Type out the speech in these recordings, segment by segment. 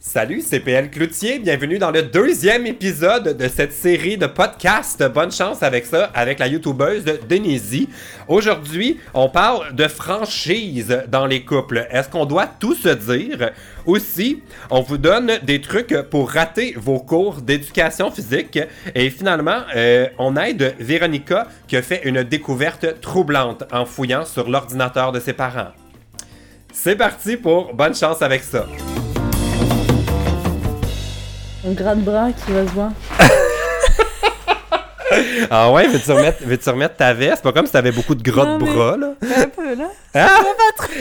Salut, c'est PL Cloutier. Bienvenue dans le deuxième épisode de cette série de podcasts. Bonne chance avec ça, avec la youtubeuse Denise. Aujourd'hui, on parle de franchise dans les couples. Est-ce qu'on doit tout se dire? Aussi, on vous donne des trucs pour rater vos cours d'éducation physique. Et finalement, euh, on aide Véronica qui a fait une découverte troublante en fouillant sur l'ordinateur de ses parents. C'est parti pour bonne chance avec ça. Un grand bras qui va se voir. Ah ouais, veux-tu remettre, veux-tu remettre ta veste? C'est pas comme si t'avais beaucoup de gros Non, de mais- bras, là. Un peu, là. Ah!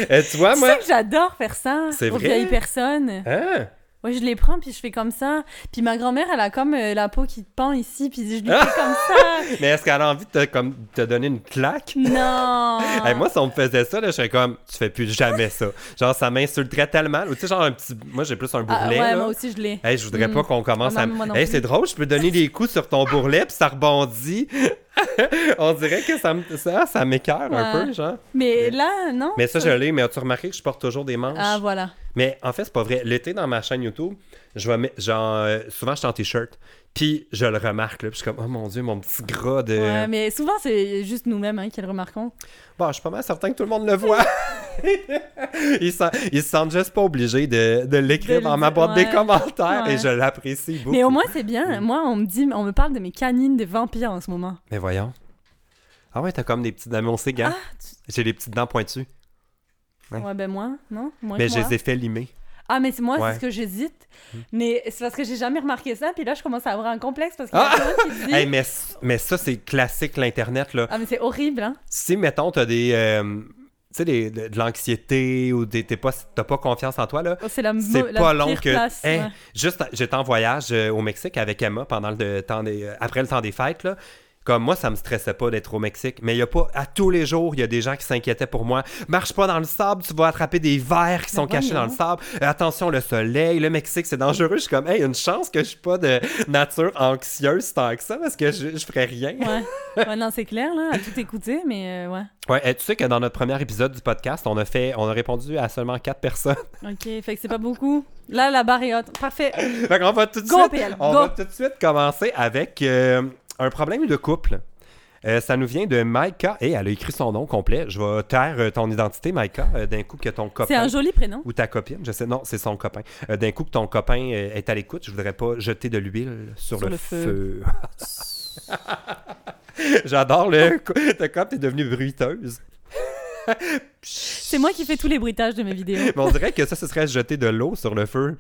Eh, tu vois, Tu moi. sais que j'adore faire ça C'est aux vrai? vieilles personnes. Hein? Ouais, je les prends, puis je fais comme ça. Puis ma grand-mère, elle a comme euh, la peau qui pend ici, puis je lui Ah! fais comme ça. Mais est-ce qu'elle a envie de te, comme, te donner une claque? Non! Eh, moi, si on me faisait ça, là, je serais comme, tu fais plus jamais ça. Genre, ça m'insulterait tellement. Ou tu sais, genre, un petit. Moi, j'ai plus un Ah, bourrelet. ouais, là. moi aussi, je l'ai. Hey, je voudrais Mm. pas qu'on commence Ah, à. non, moi non Hey, plus. c'est drôle, je peux donner des coups sur ton bourrelet puis ça rebondit. On dirait que ça, me- ça, ça m'écœure un Ouais. peu, genre. Mais là, non? Mais ça, je l'ai, mais as-tu remarqué que je porte toujours des manches? Ah, voilà. Mais en fait, c'est pas vrai. L'été, dans ma chaîne YouTube, je vais mettre- genre, euh, souvent, je suis en t-shirt. Puis je le remarque, là. Puis je suis comme, oh mon Dieu, mon petit gras de. Ouais, mais souvent, c'est juste nous-mêmes hein, qui le remarquons. Bon, je suis pas mal certain que tout le monde le voit. ils, s'en- ils se sentent juste pas obligés de, de l'écrire De le dans ma dire, boîte des ouais. commentaires. Et Ouais. je l'apprécie beaucoup. Mais au moins, c'est bien. Moi, on me dit, on me parle de mes canines des vampires en ce moment. Mais voyons. Ah ouais, t'as comme des petites dents. Mais on sait, gars. Ah. J'ai des petites dents pointues. Ouais. Ouais, ben moi, non? Moins mais que je moi. les ai fait limer. Ah, mais c'est moi, Ouais. Hum. c'est ce que j'hésite. Mais c'est parce que j'ai jamais remarqué ça. Puis là, je commence à avoir un complexe parce que Ah! y a plein de gens qui disent- Hey, mais, s- mais ça, c'est classique, l'Internet, là. Ah, mais c'est horrible, hein. si, mettons, t'as des. euh, tu sais, des- de, de l'anxiété ou des- t'es pas, t'as pas confiance en toi, là. Oh, C'est la, mo- C'est la pas long pire que. hein. place, Hey, ouais. Juste, j'étais en voyage euh, au Mexique avec Emma pendant le de- temps des, euh, après le temps des fêtes, là. Comme moi, ça me stressait pas d'être au Mexique. Mais il y a pas. À tous les jours, il y a des gens qui s'inquiétaient pour moi. Marche pas dans le sable, tu vas attraper des vers qui Ben sont cachés dans le voyons. sable. Euh, attention, le soleil, le Mexique, c'est dangereux. Je suis comme, hey, une chance que je suis pas de nature anxieuse tant que ça parce que je, je ferais rien. Ouais. Ouais, non, c'est clair, là, à tout écouter, mais euh, ouais. Ouais, eh, tu sais que dans notre premier épisode du podcast, on a fait, on a répondu à seulement quatre personnes. Ok, fait que c'est pas beaucoup. Là, la barre est haute. Parfait. fait qu'on va tout de Go, suite, PL, on go. va tout de suite commencer avec euh, un problème de couple. Euh, ça nous vient de Maika et elle a écrit son nom complet. Je vais taire euh, ton identité, Maika, euh, d'un coup que ton C'est copain un joli prénom. ou ta copine, je sais, non, c'est son copain. Euh, d'un coup que ton copain euh, est à l'écoute, je voudrais pas jeter de l'huile sur, le, le feu. feu. J'adore le. T'es comme t'es devenue bruiteuse. C'est moi qui fais tous les bruitages de mes vidéos. Mais on dirait que ça, ce serait jeter de l'eau sur le feu.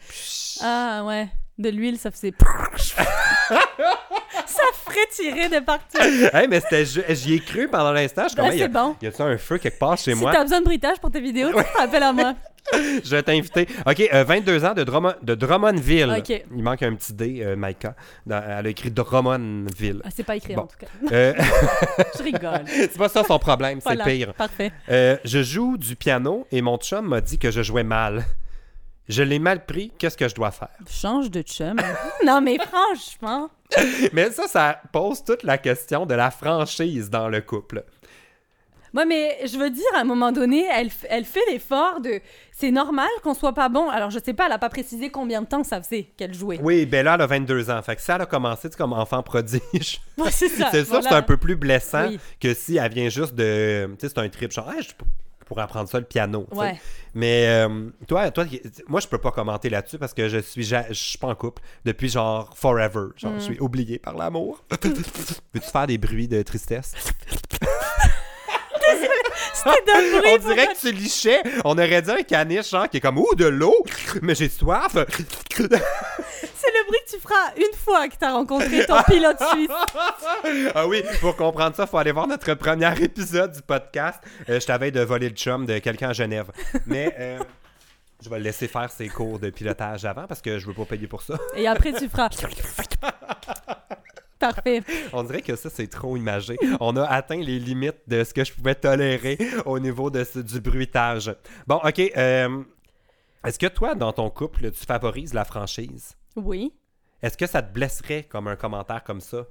Ah, ouais. De l'huile, ça faisait. ça ferait tirer de partout. hey, mais c'était ju- j'y ai cru pendant l'instant. Je suis comme, Ah, Hey, y a- c'est bon. y a-tu un feu quelque part chez si moi? t'as besoin de bruitage pour tes vidéos, tu te rappelles à moi. Je vais t'inviter. OK, euh, 22 ans de, Drummond- de Drummondville. Ok. Il manque un petit D, euh, Maïka. Dans- elle a écrit Drummondville. Ah, c'est pas écrit Bon. en tout cas. Euh, Je rigole. c'est pas ça son problème, c'est Voilà. pire. Parfait. Euh, je joue du piano et mon chum m'a dit que je jouais mal. Je l'ai mal pris, qu'est-ce que je dois faire? Change de chum. non, mais franchement. Mais ça, ça pose toute la question de la franchise dans le couple. Moi, mais je veux dire, à un moment donné, elle, f- elle fait l'effort de. C'est normal qu'on soit pas bon. Alors, je sais pas, elle a pas précisé combien de temps ça faisait qu'elle jouait. Oui, ben là, elle a 22 ans. Fait que ça, elle a commencé tu sais, comme enfant prodige. Ouais, c'est ça. C'est sûr, voilà. c'est un peu plus blessant Oui. que si elle vient juste de. Tu sais, c'est un trip genre, Hey, je pour apprendre ça le piano. tu sais. Ouais. Mais euh, toi, toi, moi, je peux pas commenter là-dessus parce que je suis, ja- je suis pas en couple depuis genre forever. Genre, Mm. je suis oublié par l'amour. Veux-tu faire des bruits de tristesse? C'était d'un bruit On pour dirait elle. que tu lichais. On aurait dit un caniche, genre, qui est comme, ouh, de l'eau, mais j'ai soif. C'est le bruit que tu feras une fois que t'as rencontré ton pilote suisse. ah oui, pour comprendre ça, faut aller voir notre premier épisode du podcast. Euh, je t'avais de voler le chum de quelqu'un à Genève. Mais euh, je vais le laisser faire ses cours de pilotage avant parce que je veux pas payer pour ça. Et après, tu feras. Parfait. On dirait que ça, c'est trop imagé. On a atteint les limites de ce que je pouvais tolérer au niveau de ce- du bruitage. Bon, OK. euh, Est-ce que toi, dans ton couple, tu favorises la franchise? Oui. Est-ce que ça te blesserait comme un commentaire comme ça?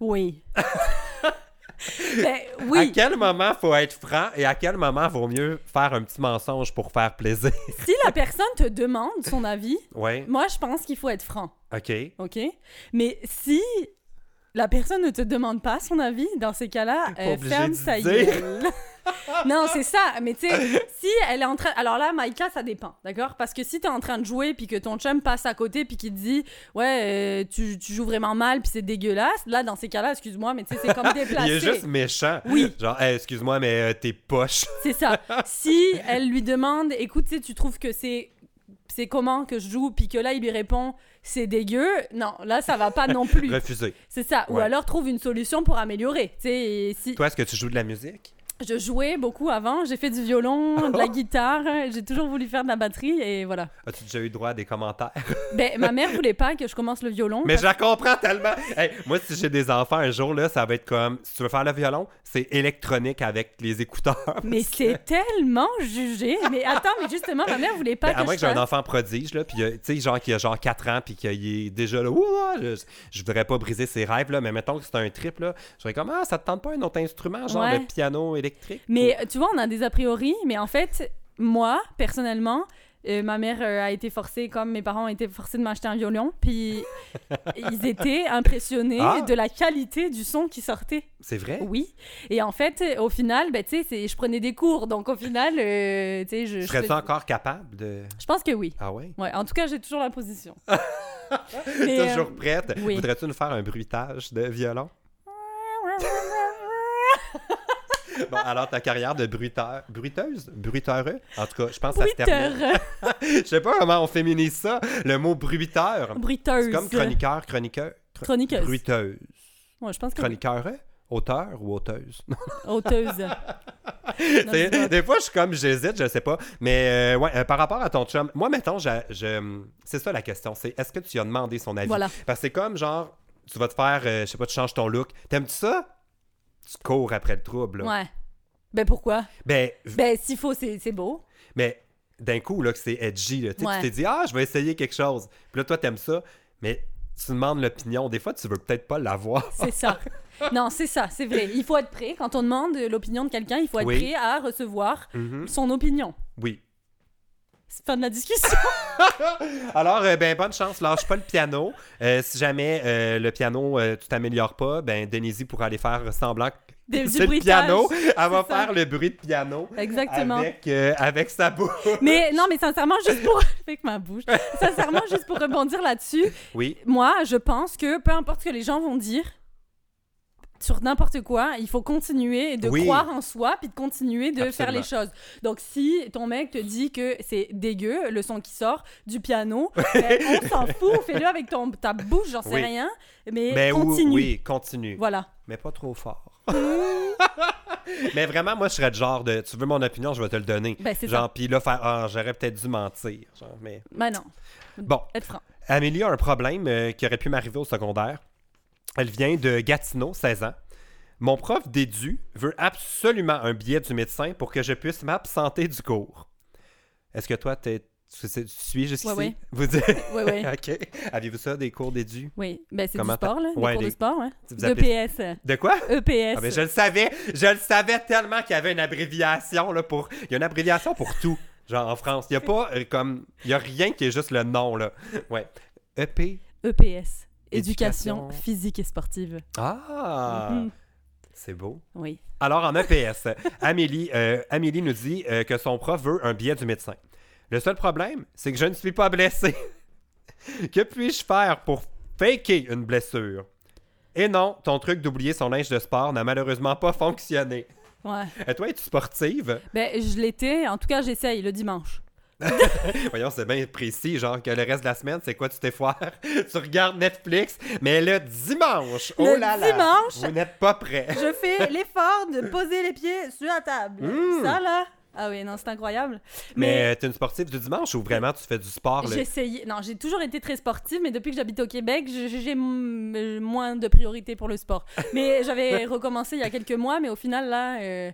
Oui. Ben, À oui, quel moment faut être franc et à quel moment vaut mieux faire un petit mensonge pour faire plaisir? si la personne te demande son avis, ouais, moi, je pense qu'il faut être franc, ok. OK? Mais si la personne ne te demande pas son avis, dans ces cas-là, T'es pas euh, obligé ferme d'y sa dire. gueule. non, c'est ça. Mais tu sais, si elle est en train... Alors là, Maïka, ça dépend, d'accord? Parce que si t'es en train de jouer, puis que ton chum passe à côté, puis qu'il te dit « Ouais, euh, tu, tu joues vraiment mal, puis c'est dégueulasse », là, dans ces cas-là, excuse-moi, mais tu sais, c'est comme déplacé. Il est juste méchant. Oui. Genre, Hey, excuse-moi, mais euh, t'es poche. C'est ça. Si elle lui demande, écoute, tu sais, tu trouves que c'est c'est comment que je joue, puis que là il lui répond c'est dégueu, non, là ça va pas non plus. Refusé. C'est ça. Ou Ouais. alors trouve une solution pour améliorer. Tu sais, et si Toi, est-ce que tu joues de la musique? je jouais beaucoup avant, j'ai fait du violon, de la guitare, j'ai toujours voulu faire de la batterie et voilà. As-tu déjà eu droit à des commentaires? Ben ma mère voulait pas que je commence le violon. Mais je la comprends tellement. Hey, moi, si j'ai des enfants un jour, là, ça va être comme si tu veux faire le violon, c'est électronique avec les écouteurs. Mais c'est tellement jugé. Mais attends, mais justement ma mère voulait pas Ben, à que moins je que j'ai un fasse- enfant prodige, là, puis euh, tu sais, genre qui a genre 4 ans, puis qu'il est déjà là, ouah, je, je voudrais pas briser ses rêves, là, mais mettons que c'est un trip, là, je serais comme, ah, ça te tente pas un autre instrument, genre Ouais. le piano électrique? Mais euh, tu vois, on a des a priori, mais en fait, moi, personnellement, euh, ma mère euh, a été forcée, comme mes parents ont été forcés de m'acheter un violon, puis ils étaient impressionnés Ah. de la qualité du son qui sortait. C'est vrai? Oui. Et en fait, euh, au final, ben, tu sais, c'est- je prenais des cours, donc au final, euh, tu sais, je, je Serais-tu fais- encore capable de. je pense que oui. Ah ouais? Ouais, en tout cas, j'ai toujours la position. Mais, euh, Toujours prête? oui. Voudrais-tu nous faire un bruitage de violon? Bon, alors ta carrière de bruiteur, bruiteuse, bruiteureux, en tout cas, je pense que ça se termine. Bruiteur. Je sais pas comment on féminise ça, le mot bruiteur. C'est Bruiteuse. comme chroniqueur, chroniqueur, chro- Chroniqueuse. bruiteuse. Ouais, je pense que oui. Chroniqueur, hein? auteur ou auteuse? Auteuse. Non, Des- je vois. des fois, je suis comme, j'hésite, je sais pas. Mais euh, ouais, euh, par rapport à ton chum, moi, mettons, je, je- c'est ça la question. C'est est-ce que tu lui as demandé son avis? Voilà. Parce que c'est comme, genre, tu vas te faire, euh, je sais pas, tu changes ton look. T'aimes-tu ça? Tu cours après le trouble. là. Ouais. Ben pourquoi? Ben, v- Ben, s'il faut, c'est c'est beau. mais d'un coup, là, que c'est edgy, là. Tu sais, Ouais. tu t'es dit, ah, je vais essayer quelque chose. Puis là, toi, t'aimes ça, mais tu demandes l'opinion. Des fois, tu veux peut-être pas l'avoir. C'est ça. non, c'est ça, c'est vrai. Il faut être prêt. Quand on demande l'opinion de quelqu'un, il faut être Oui. prêt à recevoir Mhm. son opinion. Oui. C'est fin de la discussion. Alors, euh, ben, bonne chance. Lâche pas le piano. Euh, si jamais euh, le piano, euh, tu t'améliores pas, ben, Denise pourra aller faire semblant que Des- du c'est le bruitage. piano. Elle va ça. faire le bruit de piano. Exactement. Avec, euh, avec sa bouche. Mais non, mais sincèrement, juste pour. Avec ma bouche. Sincèrement, juste pour rebondir là-dessus, Oui. moi, je pense que peu importe ce que les gens vont dire sur n'importe quoi, il faut continuer de Oui. croire en soi puis de continuer de faire Absolument. les choses. Donc si ton mec te dit que c'est dégueu le son qui sort du piano, ben, on s'en fout, fais-le avec ton ta bouche, j'en sais Oui. rien, mais, Mais Ben, ou- continue. oui, continue. Voilà. Mais pas trop fort. Mais vraiment, moi, je serais le genre de tu veux mon opinion, je vais te le donner. Ben, c'est genre, puis là, faire ah, j'aurais peut-être dû mentir. Genre, mais Ben non, bon. être franc. Amélie a un problème euh, qui aurait pu m'arriver au secondaire. Elle vient de Gatineau, 16 ans. Mon prof d'édu veut absolument un billet du médecin pour que je puisse m'absenter du cours. Est-ce que toi, t'es- tu, tu suis jusqu'ici? Ouais, ouais. Vous dites... Oui, oui. OK. Avez-vous ça, des cours d'édu? Oui, ben c'est du Comment sport, là, des Ouais, cours de les- sport, hein. Vous appelez- EPS, euh, De quoi? EPS. Ah, mais je le savais, je le savais tellement qu'il y avait une abréviation là, pour. Il y a une abréviation pour tout, genre en France. Il y a pas euh, comme. Il y a rien qui est juste le nom, là. Ouais. E EP. EPS. Éducation. E Éducation physique et sportive. Ah! Mhm. C'est beau. Oui. Alors, en EPS, Amélie, euh, Amélie nous dit euh, que son prof veut un billet du médecin. Le seul problème, c'est que je ne suis pas blessé. que puis-je faire pour faker une blessure? Et non, ton truc d'oublier son linge de sport n'a malheureusement pas fonctionné. Ouais. Et toi, es-tu sportive? Ben, je l'étais. En tout cas, j'essaye le dimanche. Voyons, c'est bien précis, genre que le reste de la semaine, c'est quoi, tu t'es foire? tu regardes Netflix, mais le dimanche, oh Le là là! dimanche- Vous n'êtes pas prêt. Je fais l'effort de poser les pieds sur la table. Mm. Ça, là. Ah oui, non, c'est incroyable. Mais, euh, t'es une sportive du dimanche ou vraiment tu fais du sport? Mais là? j'essayais. Non, j'ai toujours été très sportive, mais depuis que j'habite au Québec, je- j'ai m- euh, moins de priorité pour le sport. Mais j'avais recommencé il y a quelques mois, mais au final, là. euh,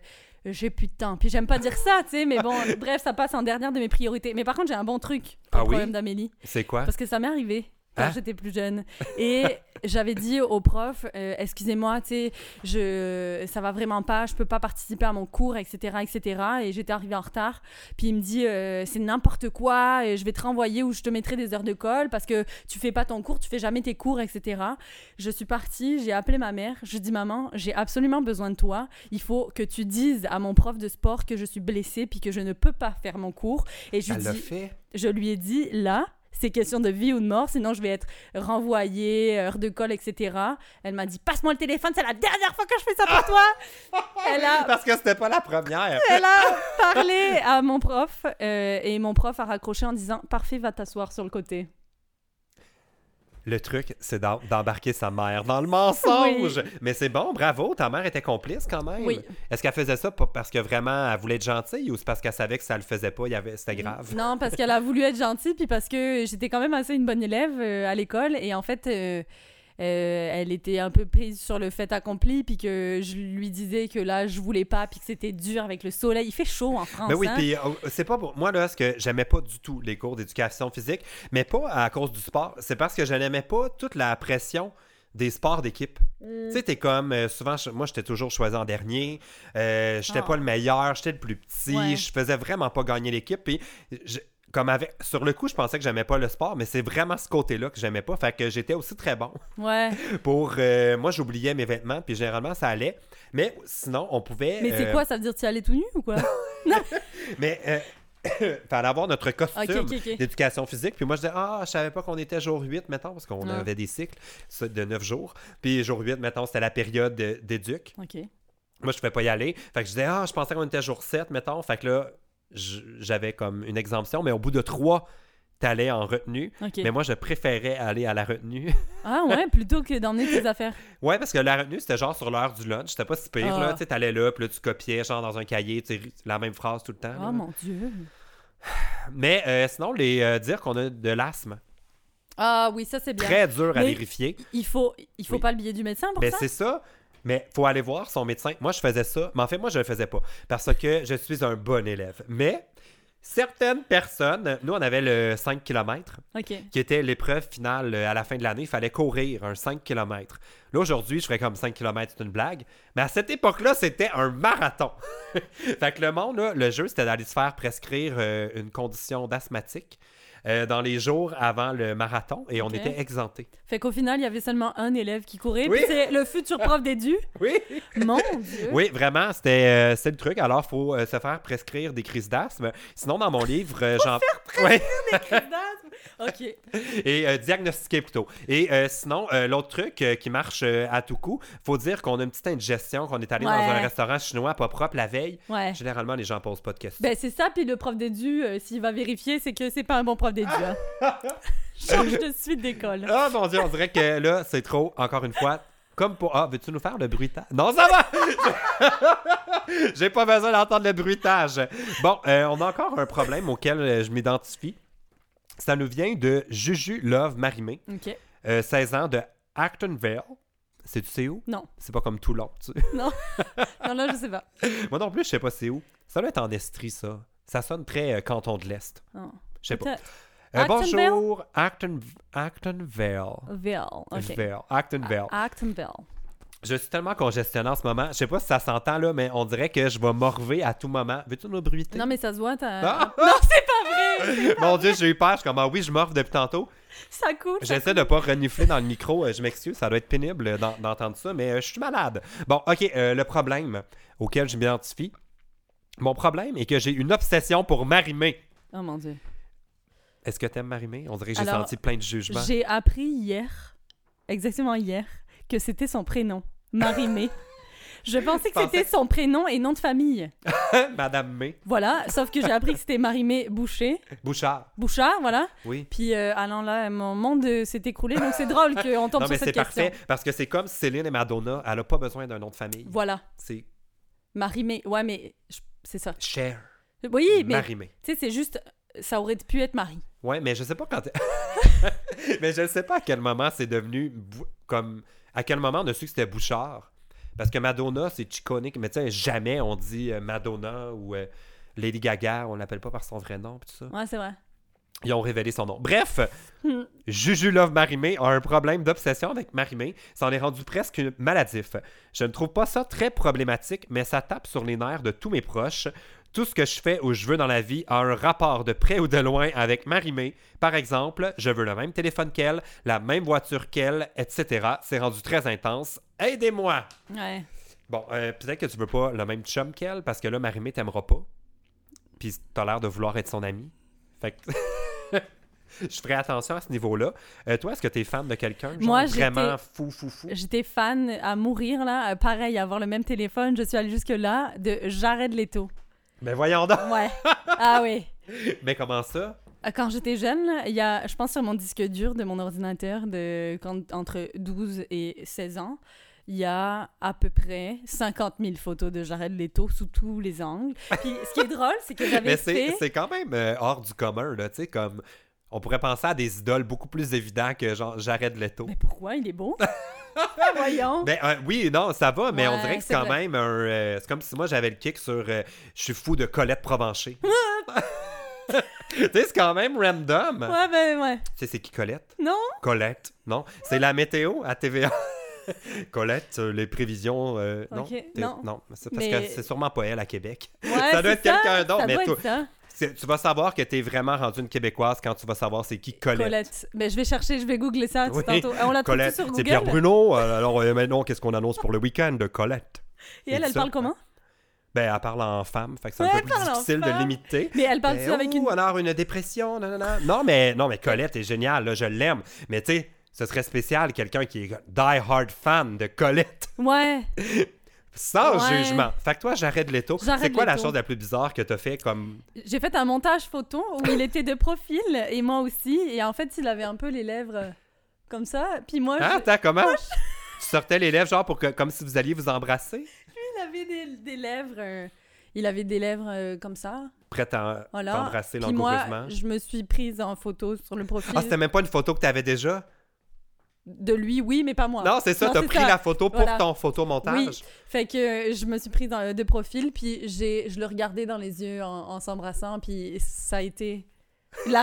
J'ai plus de temps. Puis j'aime pas dire ça, tu sais, mais bon, bref, ça passe en dernière de mes priorités. Mais par contre, j'ai un bon truc pour Ah le oui? problème d'Amélie. C'est quoi? Parce que ça m'est arrivé quand Hein? j'étais plus jeune. Et j'avais dit au prof, euh, excusez-moi, tu sais, je, ça va vraiment pas, je peux pas participer à mon cours, etc., etc. Et j'étais arrivée en retard. Puis il me dit, euh, c'est n'importe quoi, euh, je vais te renvoyer ou je te mettrai des heures de colle parce que tu fais pas ton cours, tu fais jamais tes cours, etc. Je suis partie, j'ai appelé ma mère, je dis maman, j'ai absolument besoin de toi. Il faut que tu dises à mon prof de sport que je suis blessée puis que je ne peux pas faire mon cours. Et je lui Elle l'a dis- fait. je lui ai dit là, c'est question de vie ou de mort, sinon je vais être renvoyée, heure de colle, etc. Elle m'a dit passe-moi le téléphone, c'est la dernière fois que je fais ça pour toi. elle a Parce que c'était pas la première. elle a parlé à mon prof euh, et mon prof a raccroché en disant parfait, va t'asseoir sur le côté. Le truc, c'est d'em- d'embarquer sa mère dans le mensonge. Mais c'est bon, bravo, ta mère était complice quand même. Oui. Est-ce qu'elle faisait ça pas parce que vraiment elle voulait être gentille ou c'est parce qu'elle savait que ça le faisait pas, il y avait... Mm. c'était grave? Non, parce qu'elle a voulu être gentille, puis parce que j'étais quand même assez une bonne élève euh, à l'école, et en fait, euh, euh, elle était un peu prise sur le fait accompli, puis que je lui disais que là, je voulais pas, puis que c'était dur avec le soleil. Il fait chaud en France. Ben oui, hein. puis euh, c'est pas pour moi là, ce que j'aimais pas du tout les cours d'éducation physique, mais pas à cause du sport, c'est parce que je n'aimais pas toute la pression des sports d'équipe. Tu sais, t'es comme euh, souvent, je- moi j'étais toujours choisi en dernier, euh, j'étais Ah. pas le meilleur, j'étais le plus petit, Ouais. je faisais vraiment pas gagner l'équipe, puis je- comme avec, sur le coup, je pensais que j'aimais pas le sport, mais c'est vraiment ce côté-là que j'aimais pas, fait que j'étais aussi très bon Ouais. pour, euh, moi j'oubliais mes vêtements, puis généralement ça allait, mais sinon on pouvait... Mais c'est euh, quoi Ça veut dire tu allais tout nu ou quoi mais euh, fallait avoir notre costume Ok, ok, ok. d'éducation physique. Puis moi, je disais, ah, je savais pas qu'on était jour 8, mettons, parce qu'on Ah. avait des cycles ça, de 9 jours. Puis jour 8, mettons, c'était la période de- d'éduc. Ok. Moi, je pouvais pas y aller. Fait que je disais, ah, je pensais qu'on était jour 7, mettons. Fait que là, je- j'avais comme une exemption, mais au bout de 3, t'allais en retenue. Ok. Mais moi, je préférais aller à la retenue. Ah ouais, plutôt que d'emmener tes affaires. Ouais, parce que la retenue, c'était genre sur l'heure du lunch. C'était pas si pire, là. Ah. Tu sais, t'allais là, puis là, tu copiais, genre, dans un cahier, tu sais, la même phrase tout le temps. là. Oh mon dieu. Mais euh, sinon, les euh, dire qu'on a de l'asthme, Ah oui, ça c'est bien. très dur à Mais- vérifier. Il faut, il faut Oui. pas le billet du médecin pour Mais ça. Ben, c'est ça. Mais faut aller voir son médecin. Moi, je faisais ça. Mais en fait, moi, je le faisais pas parce que je suis un bon élève. Mais certaines personnes, nous, on avait le 5 km Ok. qui était l'épreuve finale euh, à la fin de l'année. Il fallait courir un 5 km. Là, aujourd'hui, je ferais comme 5 km, c'est une blague. Mais à cette époque-là, c'était un marathon. fait que le monde, là, le jeu, c'était d'aller se faire prescrire euh, une condition d'asthmatique euh, dans les jours avant le marathon et on Ok. était exemptés. Fait qu'au final, il y avait seulement un élève qui courait. Oui. puis c'est le futur prof d'édu. Oui! Mon Dieu. Oui, vraiment, c'était euh, c'est le truc. Alors, faut euh, se faire prescrire des crises d'asthme. Sinon, dans mon livre, euh, j'en. Ouais. ok. et euh, diagnostiquer plutôt. Et euh, sinon, euh, l'autre truc euh, qui marche euh, à tout coup, faut dire qu'on a une petite indigestion, qu'on est allé dans Ouais. un restaurant chinois pas propre la veille. Ouais. Généralement, les gens posent pas de questions. Ben c'est ça, puis le prof d'édu, euh, s'il va vérifier, c'est que c'est pas un bon prof d'édu. hein. Change de suite d'école. Ah mon dieu, on dirait que là, c'est trop, encore une fois. Comme pour. Ah, veux-tu nous faire le bruitage? Non, ça va! J'ai pas besoin d'entendre le bruitage. Bon, euh, on a encore un problème auquel euh, je m'identifie. Ça nous vient de Juju Love Marimé, Ok. euh, 16 ans, de Actonville. C'est tu sais où? Non. C'est pas comme Toulon. Tu... Non, là, je sais pas. Moi non plus, je sais pas c'est où. Ça doit être en Estrie, ça. Ça sonne très euh, canton de l'Est. Non. Je sais pas. Peut-être. Euh, Actonville? bonjour, Acton, Actonville. Ville. Ok. Ville, Actonville. Actonville. Je suis tellement congestionné en ce moment. Je sais pas si ça s'entend là, mais on dirait que je vais morver à tout moment. Veux-tu nous bruiter? Non, mais ça se voit, t'as. Ah! Non, c'est pas vrai! Mon Dieu, j'ai eu peur. Je suis comme, ah oui, je morve depuis tantôt. Ça coule! ça J'essaie de pas renifler dans le micro. euh, Je m'excuse, ça doit être pénible euh, d'en- d'entendre ça, mais euh, je suis malade. Bon, OK, euh, le problème auquel je m'identifie, mon problème est que j'ai une obsession pour m'arrimer. coule. Oh mon dieu. Est-ce que t'aimes Marimé? On dirait que j'ai Alors, senti plein de jugements. J'ai appris hier, exactement hier, que c'était son prénom, Marie-Mé. Je pensais que Je pensais- c'était son prénom et nom de famille. Madame May. Voilà, sauf que j'ai appris que c'était Marie-Mé Boucher. Bouchard. Bouchard, voilà. Oui. Puis, euh, allant là, mon monde euh, s'est écroulé, donc c'est drôle qu'on tombe non, mais sur c'est cette question. parfait parce que c'est comme Céline et Madonna. Elle a pas besoin d'un nom de famille. Voilà, C'est Marie-Mé. Ouais, mais je- c'est ça. Cher. Oui, mais tu Marimé. sais, c'est juste, ça aurait pu être Marie. Ouais, mais je sais pas quand. mais je sais pas à quel moment c'est devenu bou- comme. À quel moment on a su que c'était Bouchard. Parce que Madonna, c'est iconique. Mais tu sais, jamais on dit euh, Madonna ou euh, Lady Gaga. On l'appelle pas par son vrai nom. Pis tout ça. Ouais, c'est vrai. Ils ont révélé son nom. Bref, Hmm. Juju Love Marimé a un problème d'obsession avec Marimé. Ça en est rendu presque maladif. Je ne trouve pas ça très problématique, mais ça tape sur les nerfs de tous mes proches. Tout ce que je fais ou je veux dans la vie a un rapport de près ou de loin avec Marimé. Par exemple, je veux le même téléphone qu'elle, la même voiture qu'elle, etc. C'est rendu très intense. Aidez-moi! Ouais. Bon, euh, peut-être que tu veux pas le même chum qu'elle, parce que là, Marimé t'aimera pas. Puis t'as l'air de vouloir être son ami. Fait que. Je ferai attention à ce niveau-là. Euh, toi, est-ce que t'es fan de quelqu'un? genre Moi, j'étais- vraiment fou, fou, fou. J'étais fan à mourir, là. Euh, Pareil, avoir le même téléphone. Je suis allée jusque-là de Jared Leto. Mais Ben, voyons donc! Ouais. ah oui. Mais comment ça? Euh, Quand j'étais jeune, là, il y a, je pense sur mon disque dur de mon ordinateur, de, quand, entre 12 et 16 ans, il y a à peu près 50 000 photos de Jared Leto sous tous les angles. Puis ce qui est drôle, c'est que j'avais Mais c'est fait... c'est quand même euh, hors du commun, là, tu sais, comme... On pourrait penser à des idoles beaucoup plus évidentes que genre Jared Leto. Mais pourquoi il est beau? Ah, Voyons. Ben euh, oui, non, ça va, mais on Ouais, dirait que c'est c'est quand vrai. même un... euh, c'est comme si moi j'avais le kick sur euh, Je suis fou de Colette Provencher. tu sais, c'est quand même random. Ouais, ben ouais. Tu sais, c'est qui Colette? Non? Colette, non? C'est la météo à TVA. Colette, euh, les prévisions... euh, non, Ok, t'es- non. c'est parce Mais- que c'est sûrement pas elle à Québec. Ouais, Ça doit c'est être quelqu'un d'autre, ça mais doit toi- être ça. C'est- Tu vas savoir que t'es vraiment rendu une Québécoise quand tu vas savoir c'est qui Colette. Colette. Ben, je vais chercher, je vais googler ça tout Oui, tantôt. Euh, On l'a trouvé Colette, sur c'est Google. Pierre Bruno. Euh, Alors euh, maintenant, qu'est-ce qu'on annonce pour le week-end de Colette? Et elle, elle ça. parle comment Ben, elle parle en femme, fait que c'est un Ouais, peu elle plus parle en difficile de femme. l'imiter. Mais elle parle-tu Ben, avec ouh, une. alors une dépression, nanana. Non, mais, non, mais Colette est géniale, là, je l'aime. Mais tu sais, ce serait spécial, quelqu'un qui est die-hard fan de Colette, Ouais. sans Ouais. jugement. Fait que toi, j'arrête Leto. Jared C'est quoi la Leto. chose la plus bizarre que t'as fait comme... J'ai fait un montage photo où il était de profil et moi aussi. Et en fait, il avait un peu les lèvres euh, comme ça. Puis moi, Hein, je- attends, comment? tu sortais les lèvres, genre, pour que, comme si vous alliez vous embrasser? il avait des, des lèvres. euh, Il avait des lèvres euh, comme ça. Prête à Voilà. t'embrasser Puis langoureusement. moi, je me suis prise en photo sur le profil Ah, c'était même pas une photo que t'avais déjà? de lui, oui, mais pas moi. Non, c'est ça, Ah. Non, t'as c'est pris ça. la photo pour Voilà. ton photomontage. Oui. Fait que je me suis prise dans- de profil, puis j'ai, je le regardais dans les yeux en, en s'embrassant, puis ça a été la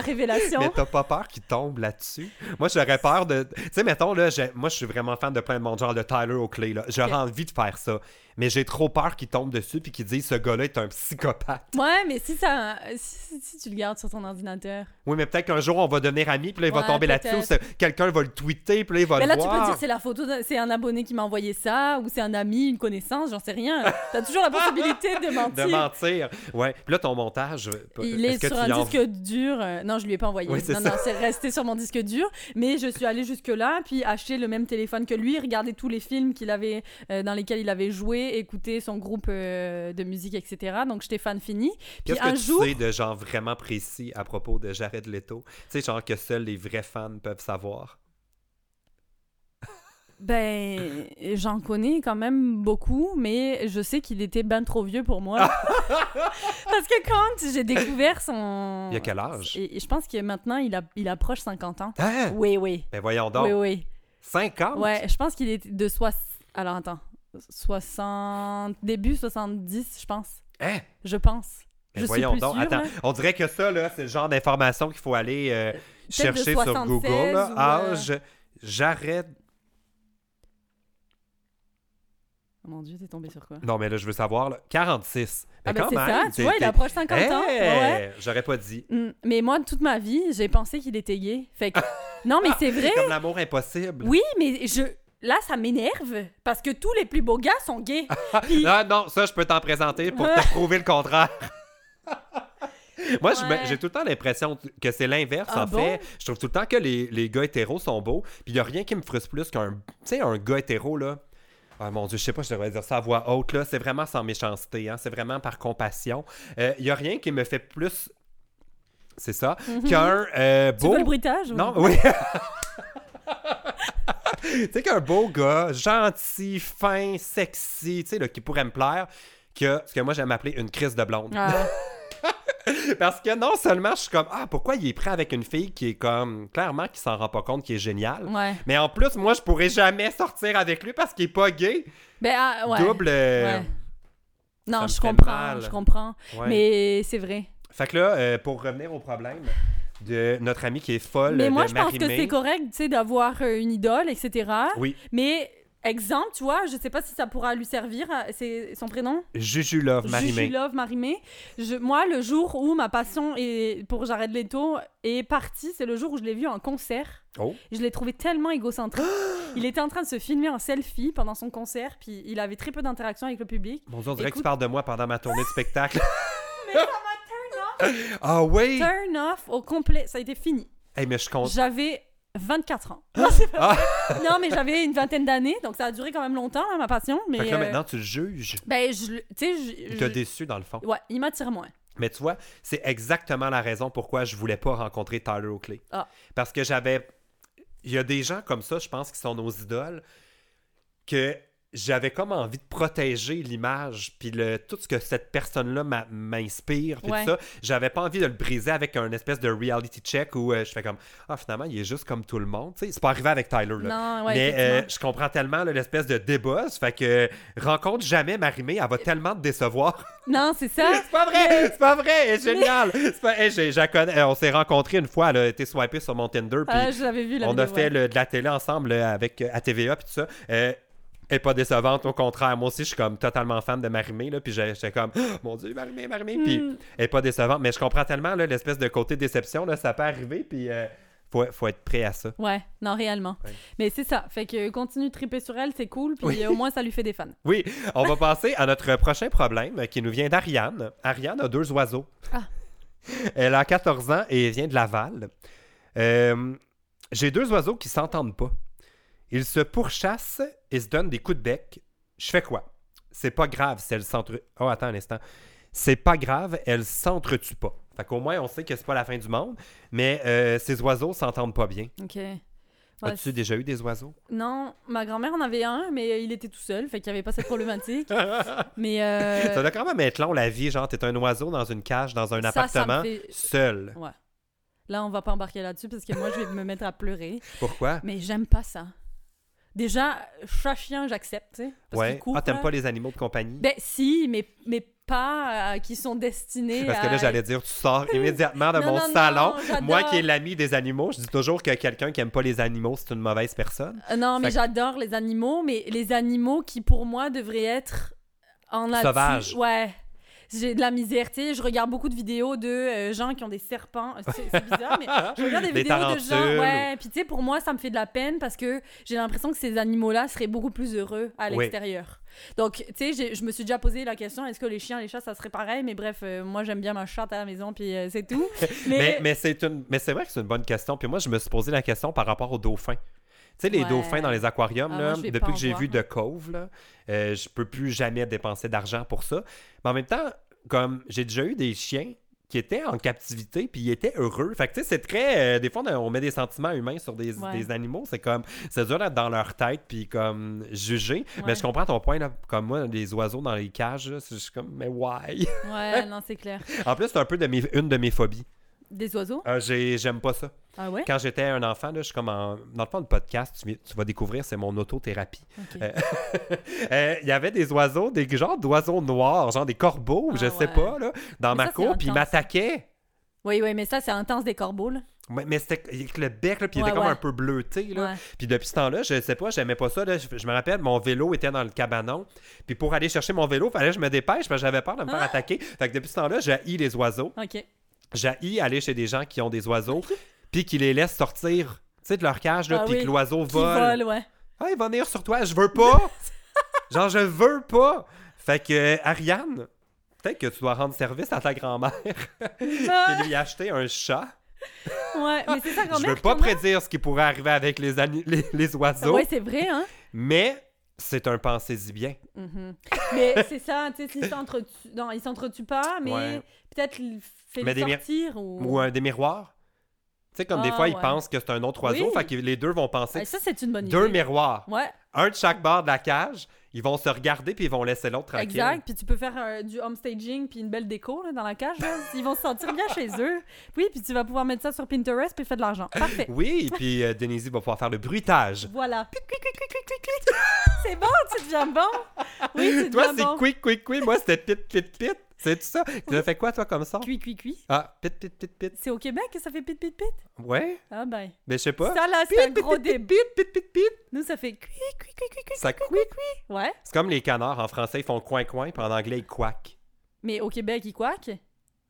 révélation. Mais t'as pas peur qu'il tombe là-dessus? Moi, j'aurais peur de. Tu sais, mettons, là, j'ai- moi, je suis vraiment fan de plein de monde, genre de Tyler Oakley, là. J'aurais Ok. envie de faire ça. Mais j'ai trop peur qu'il tombe dessus puis qu'il dise ce gars-là est un psychopathe. Ouais, mais si ça, si, si tu le gardes sur ton ordinateur. Oui, mais peut-être qu'un jour, on va devenir amis puis là, il va Ouais, tomber là-dessus. ou peut-être. c'est- Quelqu'un va le tweeter puis là, il va Mais le là, tu voir. peux dire c'est la photo, d'un- c'est un abonné qui m'a envoyé ça, ou c'est un ami, une connaissance, j'en sais rien. T'as toujours la possibilité de mentir. de mentir. Ouais. Puis là, ton montage. Il est-ce est, que sur tu un l'en- disque dur. euh, non, je lui ai pas envoyé. Oui, c'est non, ça. non, c'est resté sur mon disque dur. Mais je suis allée jusque-là, puis acheter le même téléphone que lui, regarder tous les films qu'il avait, euh, dans lesquels il avait joué, écouter son groupe euh, de musique, etc. Donc j'étais fan fini. Puis Qu'est-ce que un tu jour, sais de genre vraiment précis à propos de Jared Leto? Tu sais, genre que seuls les vrais fans peuvent savoir. ben, j'en connais quand même beaucoup, mais je sais qu'il était ben trop vieux pour moi. Parce que quand j'ai découvert son. Il y a quel âge? Et, et je pense que maintenant, il, a- il approche 50 ans. Hein? Oui, oui. Ben voyons donc. Oui, oui. 50? Ouais, je pense qu'il est de soix... Alors attends, 60 début 70, je pense. Hein? Je pense. Ben je voyons suis plus donc, sûre, attends, là. on dirait que ça, là, c'est le genre d'information qu'il faut aller euh, de chercher sur 76 Google. ah, là. ou, euh, Âge, j'arrête. Oh Mon dieu, t'es tombé sur quoi Non, mais là, je veux savoir, là, 46. Ben, Ah ben quand c'est même, ça, tu t'es- vois, il t'es- Eh! approche 50 ans. Hey! ouais, ouais. J'aurais pas dit. Mm, Mais moi, toute ma vie, j'ai pensé qu'il était gay. Fait que... non, mais c'est vrai. Comme l'amour impossible. Oui, mais je... Là, ça m'énerve parce que tous les plus beaux gars sont gays. Puis- Ah non, ça, je peux t'en présenter pour Ouais. te prouver le contraire. Moi, je me- Ouais. j'ai tout le temps l'impression que c'est l'inverse, Ah en bon? fait. Je trouve tout le temps que les, les gars hétéros sont beaux. Puis il a rien qui me frustre plus qu'un tu sais, un gars hétéro, là. Ah mon dieu, je sais pas, je devrais dire ça à voix haute, là. C'est vraiment sans méchanceté, hein. C'est vraiment par compassion. Il y a rien qui me fait plus... C'est ça. Qu'un euh, Mm-hmm. Tu beau... veux le bruitage ou- Non, oui. tu sais qu'un beau gars, gentil, fin, sexy, tu sais, là, qui pourrait me plaire, que ce que moi j'aime appeler une crise de blonde. Ah, Parce que non seulement je suis comme, ah, pourquoi il est prêt avec une fille qui est comme, clairement, qui s'en rend pas compte, qui est géniale. ouais. Mais en plus, moi, je pourrais jamais sortir avec lui parce qu'il est pas gay. Ben, ah, ouais. Double. euh, Ouais. me Non, je fait comprends, mal. je comprends. ouais. Mais c'est vrai. Fait que là, euh, pour revenir au problème, de notre amie qui est folle. Mais moi, de je pense que Marie-Mé. c'est correct, tu sais, d'avoir euh, une idole, etc. Oui, Mais, exemple, tu vois, je sais pas si ça pourra lui servir, à- c'est son prénom Juju Love, Juju Marimé. Love Marimé. Je, moi, le jour où ma passion est pour Jared Leto est partie, c'est le jour où je l'ai vu en concert. Oh. Je l'ai trouvé tellement égocentrique. il était en train de se filmer en selfie pendant son concert, puis il avait très peu d'interaction avec le public. Mon Dieu, on dirait que tu Écoute- parles de moi pendant ma tournée de spectacle. Mais ça m'a Ah oui! turn off au complet. Ça a été fini. Hey, mais je compte. J'avais 24 ans. Ah! Non, c'est pas vrai. Non, mais j'avais une vingtaine d'années, donc ça a duré quand même longtemps, hein, ma passion. Mais Fait que là, euh, maintenant, tu le juges. ben, je, le- tu sais, je- Il t'a je- déçu, dans le fond. Ouais, il m'attire moins. Mais tu vois, c'est exactement la raison pourquoi je voulais pas rencontrer Tyler Oakley. Ah. Parce que j'avais. Il y a des gens comme ça, je pense, qui sont nos idoles, que j'avais comme envie de protéger l'image, puis le, tout ce que cette personne-là m'a- m'inspire, puis Ouais. tout ça. J'avais pas envie de le briser avec un espèce de reality check où euh, je fais comme Ah, finalement, il est juste comme tout le monde. Tu sais, c'est pas arrivé avec Tyler, là. Non, ouais, Mais euh, effectivement. je comprends tellement là, l'espèce de débat. ça Fait que rencontre jamais Marimé, elle va tellement te décevoir. Non, c'est ça. C'est pas vrai, c'est pas vrai, elle est géniale. C'est Pas... hey, j'ai- je la connais. Euh, On s'est rencontrés une fois, elle a été swipée sur mon Tinder, puis Ah, je l'avais vu la on a vidéo, fait ouais. le- de la télé ensemble là, avec euh, à TVA puis tout ça. Euh, elle est pas décevante, au contraire. Moi aussi, je suis comme totalement fan de Marimé, là, puis j'ai- j'étais comme, Oh, mon Dieu, Marimé, Marimé, puis Mm. elle est pas décevante. Mais je comprends tellement là, l'espèce de côté déception, là, ça peut arriver, puis euh, faut, faut être prêt à ça. Ouais, non, réellement. Ouais. Mais c'est ça. Fait que continue de triper sur elle, c'est cool. Puis Oui. euh, au moins, ça lui fait des fans. Oui, on va passer à notre prochain problème euh, qui nous vient d'Ariane. Ariane a deux oiseaux. Ah. Elle a 14 ans et vient de Laval. Euh, J'ai deux oiseaux qui s'entendent pas. Ils se pourchassent et se donnent des coups de bec. Je fais quoi? C'est pas grave si elles s'entre... Oh, attends un instant. C'est pas grave, elles s'entretuent pas. Fait qu'au moins, on sait que c'est pas la fin du monde, mais euh, ces oiseaux s'entendent pas bien. Ok. Ouais, As-tu déjà eu des oiseaux? Non, ma grand-mère en avait un, mais il était tout seul. Fait qu'il n'y avait pas cette problématique. mais. Ça euh, doit quand même être long, la vie. Genre, t'es un oiseau dans une cage, dans un ça, ça me appartement, fait- seul. Ouais. Là, on va pas embarquer là-dessus parce que moi, je vais me mettre à pleurer. Pourquoi? Mais j'aime pas ça. Déjà, chat chien, j'accepte, tu sais. parce Ouais. qu'ils courent, ah, t'aimes là. pas les animaux de compagnie? hein? Ben, si, mais, mais pas euh, qui sont destinés Parce que là, à- j'allais dire, tu sors immédiatement de euh, Non, mon non, non, salon. j'adore. Moi qui est l'ami des animaux, je dis toujours que quelqu'un qui aime pas les animaux, c'est une mauvaise personne. Euh, Non, Fait mais que- j'adore les animaux, mais les animaux qui, pour moi, devraient être en nature. Sauvages. Ouais. J'ai de la misère, tu sais. Je regarde beaucoup de vidéos de euh, gens qui ont des serpents. C'est c'est bizarre, mais je regarde des, Des vidéos de tarentules gens. Ouais. Puis, tu sais, pour moi, ça me fait de la peine parce que j'ai l'impression que ces animaux-là seraient beaucoup plus heureux à Oui. l'extérieur. Donc, tu sais, j'ai- je me suis déjà posé la question est-ce que les chiens, les chats, ça serait pareil Mais bref, euh, moi, j'aime bien ma chatte à la maison, puis euh, c'est tout. Mais, mais, c'est une... mais c'est vrai que c'est une bonne question. Puis moi, je me suis posé la question par rapport aux dauphins. Tu sais, les Ouais. dauphins dans les aquariums, Ah, là, moi, je vais pas depuis que en j'ai voir. vu de Cove, là, euh, je peux plus jamais dépenser d'argent pour ça. Mais en même temps, comme j'ai déjà eu des chiens qui étaient en captivité puis ils étaient heureux. Fait que tu sais, c'est très. euh, des fois, on, a- on met des sentiments humains sur des, Ouais. des animaux. C'est comme. C'est dur d'être dans leur tête puis comme juger. Mais Ouais. je comprends ton point, là. Comme moi, les oiseaux dans les cages, là, c'est- je suis comme, mais why? ouais, non, c'est clair. en plus, c'est un peu de mes- une de mes phobies. Des oiseaux Euh, j'ai- J'aime pas ça. Ah ouais Quand j'étais un enfant, là, je suis comme en... dans le fond de podcast, tu, tu vas découvrir, c'est mon autothérapie. Ok. Euh, Euh, Il y avait des oiseaux, des genres d'oiseaux noirs, genre des corbeaux, Ah je sais ouais. pas, là, dans Mais ma ça, c'est cour, puis ils intense. m'attaquaient. Oui, oui, mais ça, c'est intense des corbeaux, là. Mais, mais c'était avec le bec, là, puis il Ouais, était comme ouais. un peu bleuté. Là. Ouais. Puis depuis ce temps-là, je sais pas, j'aimais pas ça. là. Je, je me rappelle, mon vélo était dans le cabanon. Puis pour aller chercher mon vélo, fallait que je me dépêche parce que j'avais peur de me Ah. faire attaquer. Fait que depuis ce temps-là, j'ai les oiseaux. Ok. J'ai aller chez des gens qui ont des oiseaux, puis qui les laissent sortir tu sais, de leur cage, là, Ah puis oui. que l'oiseau Qui vole, ouais. Ah, il va venir sur toi, je veux pas! Genre, je veux pas! Fait que, euh, Ariane, peut-être que tu dois rendre service à ta grand-mère Ah. et lui acheter un chat. ouais, mais c'est ça quand Je même. veux pas prédire ce qui pourrait arriver avec les, ani- les, les oiseaux, Ouais, c'est vrai, hein. mais c'est un pensez-y bien. Mhm. Mais c'est ça, tu sais, s'ils s'entretuent, non, ils s'entretuent pas, mais Ouais. peut-être il fait Mais les des mir- sortir ou. Ou un des miroirs. Tu sais, comme des Ah, fois, ils ouais. pensent que c'est un autre oiseau, Oui. fait que les deux vont penser Ah, que ça, c'est une bonne c'est idée. deux miroirs. Ouais, Un de chaque bord de la cage, ils vont se regarder puis ils vont laisser l'autre tranquille. exact. Puis tu peux faire euh, du home staging puis une belle déco là, dans la cage. là. Ils vont se sentir bien chez eux. Oui, puis tu vas pouvoir mettre ça sur Pinterest puis faire de l'argent. Parfait. Oui, puis euh, Denise va pouvoir faire le bruitage. Voilà. C'est bon, tu deviens bon. Oui, tu Toi, deviens c'est bon. quick, quick, quick. Moi, c'était pit, pit, pit. C'est tout ça. Tu as fait quoi, toi, comme ça? Cui, cui, cui. Ah, pit, pit, pit, pit. C'est au Québec que ça fait pit, pit, pit? Ouais? Ah ben. Mais je sais pas. Ça, là, c'est un gros début. Pit, pit, pit, pit. Nous, ça fait cui, cui, cui, cui, cui. Ça couic, couic. Ouais. C'est comme les canards. En français, ils font coin-coin, puis en anglais, ils quack. Mais au Québec, il quack.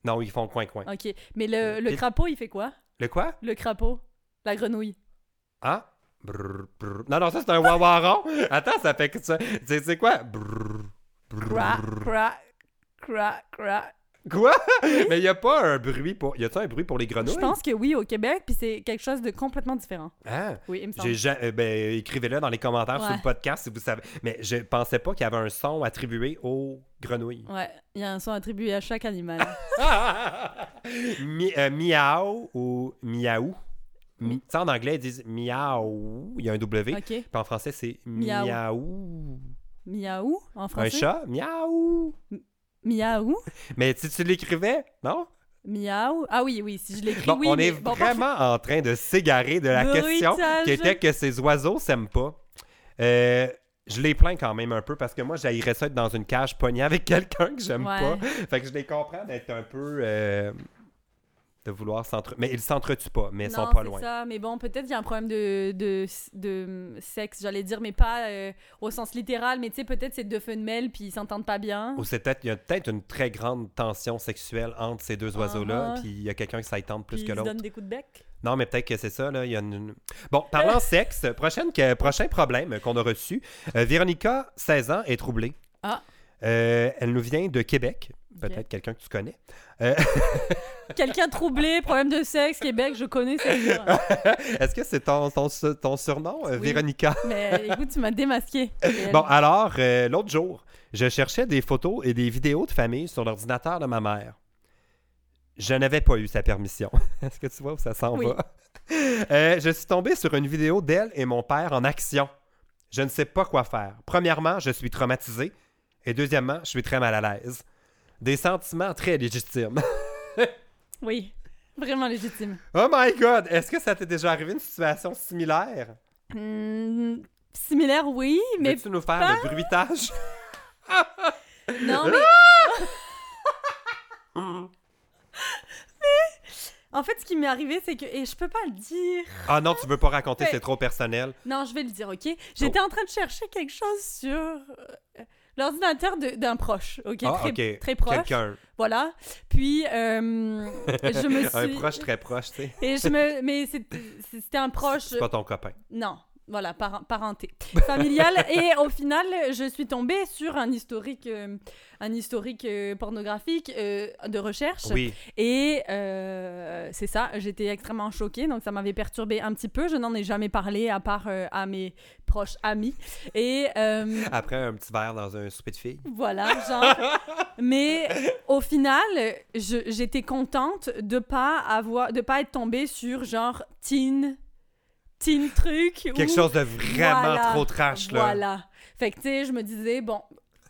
Non, ils font coin-coin. OK. Mais le, le Euh, Pit. crapaud, il fait quoi? Le quoi? Le crapaud. La grenouille. Ah? Brrr, brrr. Non, non, ça, c'est un wawaron. Attends, ça fait que ça. Tu sais- tu sais quoi? Brrr, brrr. Cra, cra, cra, cra. Quoi? Mais il a pas un bruit pour. Y a-tu un bruit pour les grenouilles? Je pense que oui, au Québec, puis c'est quelque chose de complètement différent. Ah. Oui, il me semble. J'ai ja- euh, ben, écrivez-le dans les commentaires sur Ouais. le podcast si vous savez. Mais je pensais pas qu'il y avait un son attribué aux grenouilles. Ouais, il y a un son attribué à chaque animal. Mi- euh, miaou ou miaou. Mi- tu sais, en anglais, ils disent miaou. Il y a un W. OK. Puis en français, c'est Miaou. miaou. Miaou, en Un français. chat, miaou. Miaou. Mais si tu l'écrivais, non? Miaou. Ah oui, oui, si je l'écris, Bon, oui. on est mais- bon, parfait. vraiment en train de s'égarer de la question Bruitage. qui était que ces oiseaux s'aiment pas. Euh, je les plains quand même un peu parce que moi, j'haïrais ça être dans une cage pognée avec quelqu'un que j'aime Ouais. pas. Fait que je les comprends d'être un peu. euh, de vouloir s'entre. Mais ils s'entretuent pas, mais ils non, sont pas c'est loin. ça, mais bon, peut-être qu'il y a un problème de, de, de hum, sexe, j'allais dire, mais pas euh, au sens littéral, mais tu sais, peut-être c'est deux femelles puis ils s'entendent pas bien. Ou c'est peut-être, il y a peut-être une très grande tension sexuelle entre ces deux oiseaux-là, Ah. puis il y a quelqu'un qui s'y tente plus puis que ils se l'autre. donnent des coups de bec. Non, mais peut-être que c'est ça, là. Il y a une... une- Bon, parlant sexe, prochaine que- prochain problème qu'on a reçu. Euh, Véronica, 16 ans, est troublée. Ah. Euh, elle nous vient de Québec. Peut-être Ok. quelqu'un que tu connais. Quelqu'un troublé, problème de sexe, Québec, je connais c'est sûr. Est-ce que c'est ton, ton, su- ton surnom, euh, Oui. Véronica? Mais écoute, tu m'as démasqué. Bon, alors, euh, l'autre jour, je cherchais des photos et des vidéos de famille sur l'ordinateur de ma mère. Je n'avais pas eu sa permission. Est-ce que tu vois où ça s'en Oui. va? Euh, je suis tombé sur une vidéo d'elle et mon père en action. Je ne sais pas quoi faire. Premièrement, je suis traumatisé. Et deuxièmement, je suis très mal à l'aise. Des sentiments très légitimes. Oui, vraiment légitime. oh my God! Est-ce que ça t'est déjà arrivé une situation similaire? Hmm, similaire, oui, mais Veux-tu nous faire le bruitage? non, mais... Ah! mais... En fait, ce qui m'est arrivé, c'est que... Et je peux pas le dire... Ah non, tu veux pas raconter, Mais- c'est trop personnel. Non, je vais le dire, ok? J'étais en train de chercher quelque chose sur euh, l'ordinateur de- d'un proche, ok? Ah, très, ok. très proche. Quelqu'un. Voilà. Puis, euh, je me suis. Un proche très proche, tu sais. Et je me... Mais c'est- c'était un proche. C'est pas ton copain. Non. Voilà, par- parenté familiale. et au final, je suis tombée sur un historique, euh, un historique euh, pornographique euh, de recherche. Oui. Et euh, c'est ça, j'étais extrêmement choquée, donc ça m'avait perturbée un petit peu. Je n'en ai jamais parlé à part euh, à mes proches amis. Et euh, Après un petit verre dans un souper de filles. voilà, genre. Mais au final, je- j'étais contente de pas avoir, de pas être tombée sur genre teen, teen truc. Quelque ou- chose de vraiment Voilà. trop trash, là. Voilà. Fait que tu sais, je me disais bon.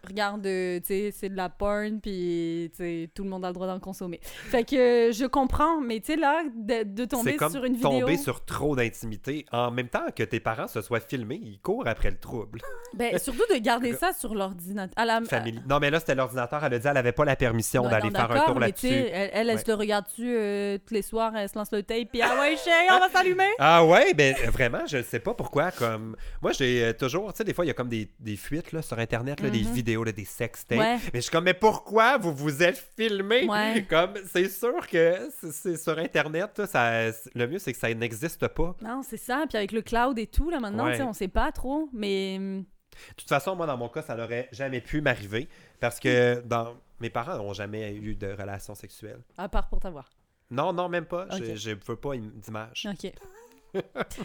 Regarde, euh, tu sais, c'est de la porn, puis tu sais, tout le monde a le droit d'en consommer. Fait que euh, je comprends, mais tu sais, là, de, de C'est tomber comme sur une vidéo. tomber sur trop d'intimité. En même temps que tes parents se soient filmés, ils courent après le trouble. Ben, surtout de garder ça sur l'ordinateur. À la Famille. Non, mais là, c'était l'ordinateur. Elle a dit elle avait pas la permission Ah, euh, Non, d'aller non, faire un d'accord, tour mais tu sais, là-dessus. Elle, elle, elle Ouais. se le regarde-tu euh, tous les soirs, elle se lance le tape, puis ah ouais, chérie, on va s'allumer. Ah ouais, ben euh, vraiment, je ne sais pas pourquoi. Comme moi, j'ai euh, toujours, tu sais, des fois, il y a comme des, des fuites là, sur Internet, là, des Mhm. vidéos, là, des sex tapes. Ouais. Mais je suis comme, mais pourquoi vous vous êtes filmé Ouais. Comme c'est sûr que c'est- c'est sur Internet, là, ça, le mieux c'est que ça n'existe pas. Non, c'est ça. Puis avec le cloud et tout, là, maintenant, Ouais. tu sais, on sait pas trop, mais. hum, De toute façon, moi, dans mon cas, ça n'aurait jamais pu m'arriver parce que dans mes parents n'ont jamais eu de relations sexuelles. À part pour t'avoir. Non, non, même pas. Ok. Je ne veux pas im- d'image. Ok.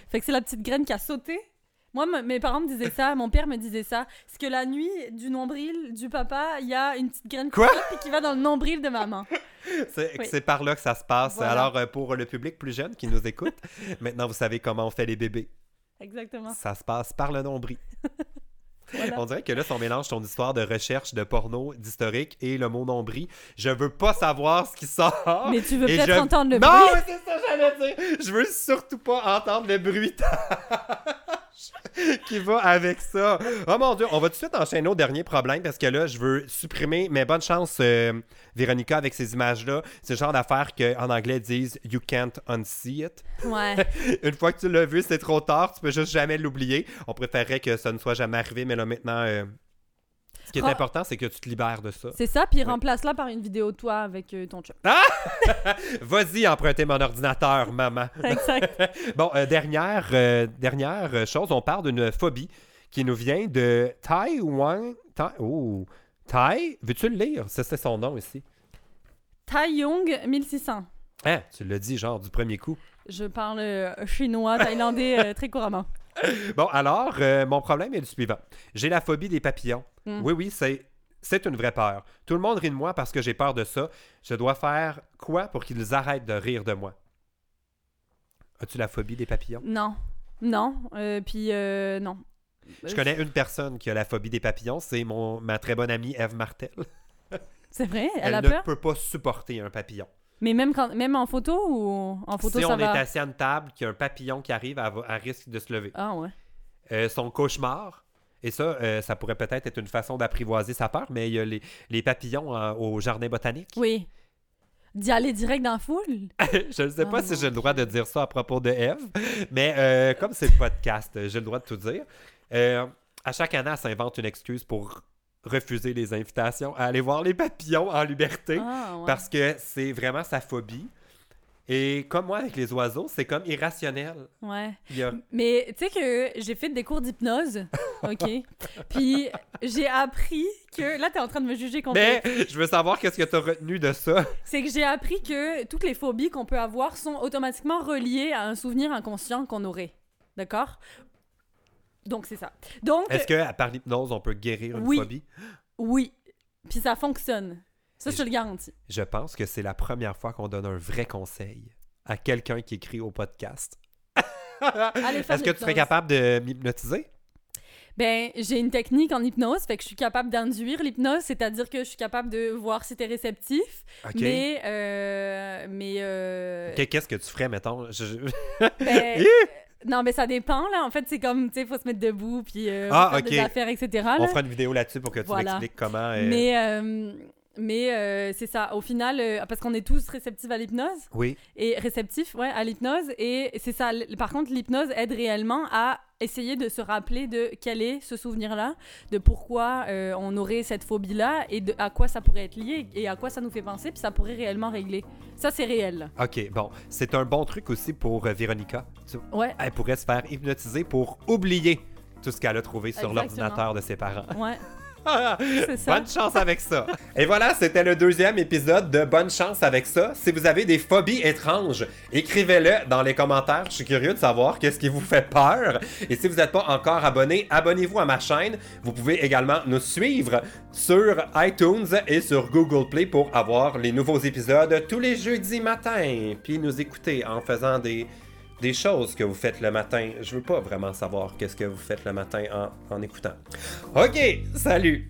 fait que c'est la petite graine qui a sauté. Moi, m- mes parents me disaient ça, mon père me disait ça. C'est que la nuit, du nombril du papa, il y a une petite graine qui Quoi? saute puis qui va dans le nombril de maman. C'est Oui. c'est par là que ça se passe. Voilà. Alors, euh, pour le public plus jeune qui nous écoute, maintenant, vous savez comment on fait les bébés. Exactement. Ça se passe par le nombril. Voilà. On dirait que là, si on mélange ton histoire de recherche, de porno, d'historique et le mot nombril, je veux pas savoir ce qui sort. Mais tu veux Et peut-être je- entendre le non, bruit? mais c'est ça que j'allais dire. Je veux surtout pas entendre le bruit. qui va avec ça. Oh mon Dieu, on va tout de suite enchaîner au dernier problème parce que là, je veux supprimer. Mais bonne chance, euh, Véronica, avec ces images-là. C'est le genre d'affaire qu'en anglais disent You can't unsee it. Ouais. Une fois que tu l'as vu, c'est trop tard. Tu peux juste jamais l'oublier. On préférerait que ça ne soit jamais arrivé, mais là, maintenant. euh, Ce qui est Ra- important, c'est que tu te libères de ça. C'est ça, puis remplace-la par une vidéo de toi avec euh, ton chum. Vas-y, emprunter mon ordinateur, maman. Exact. Bon, euh, dernière, euh, dernière euh, chose, on parle d'une phobie qui nous vient de Tai Wang. Tai, oh, Tai, veux-tu le lire? Ça, C'est son nom ici. Tai Yong 1600. Hein, tu l'as dit, genre, du premier coup. Je parle euh, chinois, thaïlandais euh, très couramment. Bon, alors, euh, mon problème est le suivant. J'ai la phobie des papillons. Mm. Oui, oui, c'est... C'est une vraie peur. Tout le monde rit de moi parce que j'ai peur de ça. Je dois faire quoi pour qu'ils arrêtent de rire de moi? As-tu la phobie des papillons? Non. Non. Euh, puis, euh, non. Je connais une personne qui a la phobie des papillons. C'est mon, ma très bonne amie Eve Martel. C'est vrai, elle, Elle, a ne peur. peut pas supporter un papillon. Mais même, quand, même en photo ou en photo, si ça on va. est assis à une table, qu'il y a un papillon qui arrive, elle, va- elle risque de se lever. Ah ouais. Euh, son cauchemar, et ça, euh, ça pourrait peut-être être une façon d'apprivoiser sa peur, mais il y a les, les papillons euh, au jardin botanique. Oui. D'y aller direct dans la foule. je ne sais pas Oh si mon j'ai le droit de dire ça à propos de Eve, mais euh, comme c'est le podcast, euh, j'ai le droit de tout dire. Euh, à chaque année, elle s'invente une excuse pour refuser les invitations à aller voir les papillons en liberté. Ah ouais. Parce que c'est vraiment sa phobie. Et comme moi avec les oiseaux, c'est comme irrationnel. Ouais. Il y a- Mais tu sais que j'ai fait des cours d'hypnose, OK? Puis j'ai appris que... Là, t'es en train de me juger contre... Mais je veux savoir qu'est-ce que tu as retenu de ça. C'est que j'ai appris que toutes les phobies qu'on peut avoir sont automatiquement reliées à un souvenir inconscient qu'on aurait. D'accord? Donc, c'est ça. Donc, Est-ce que par l'hypnose, on peut guérir une Oui. phobie? oui. Puis ça fonctionne. Ça, Et je te le garantis. Je pense que c'est la première fois qu'on donne un vrai conseil à quelqu'un qui écrit au podcast. Allez, faire Est-ce que tu serais l'hypnose. capable de m'hypnotiser? Ben, j'ai une technique en hypnose, fait que je suis capable d'induire l'hypnose, c'est-à-dire que je suis capable de voir si t'es réceptif, OK. mais... euh, mais... euh, Que- Qu'est-ce que tu ferais, mettons? Je- je- ben, Hi! non, mais ça dépend, là. En fait, c'est comme, tu sais, faut se mettre debout, puis euh, Ah, faire des ok. affaires, etc. Ah là. On fera une vidéo là-dessus pour que tu Voilà. m'expliques comment. euh, Mais, euh, mais euh, c'est ça. Au final, euh, parce qu'on est tous réceptifs à l'hypnose Oui. et réceptifs ouais, à l'hypnose et c'est ça. L- Par contre, l'hypnose aide réellement à essayer de se rappeler de quel est ce souvenir-là, de pourquoi euh, on aurait cette phobie-là et de à quoi ça pourrait être lié et à quoi ça nous fait penser puis ça pourrait réellement régler. Ça, c'est réel. OK, bon. C'est un bon truc aussi pour euh, Véronica. Tu- Ouais. Elle pourrait se faire hypnotiser pour oublier tout ce qu'elle a trouvé sur Exactement. l'ordinateur de ses parents. Ouais, c'est ça. Bonne chance avec ça. Et voilà, c'était le deuxième épisode de Bonne chance avec ça. Si vous avez des phobies étranges, écrivez-le dans les commentaires. Je suis curieux de savoir qu'est-ce qui vous fait peur. Et si vous n'êtes pas encore abonné, abonnez-vous à ma chaîne. Vous pouvez également nous suivre sur iTunes et sur Google Play pour avoir les nouveaux épisodes tous les jeudis matin. Puis nous écouter en faisant des des choses que vous faites le matin. Je veux pas vraiment savoir qu'est-ce que vous faites le matin en, en écoutant. OK, salut.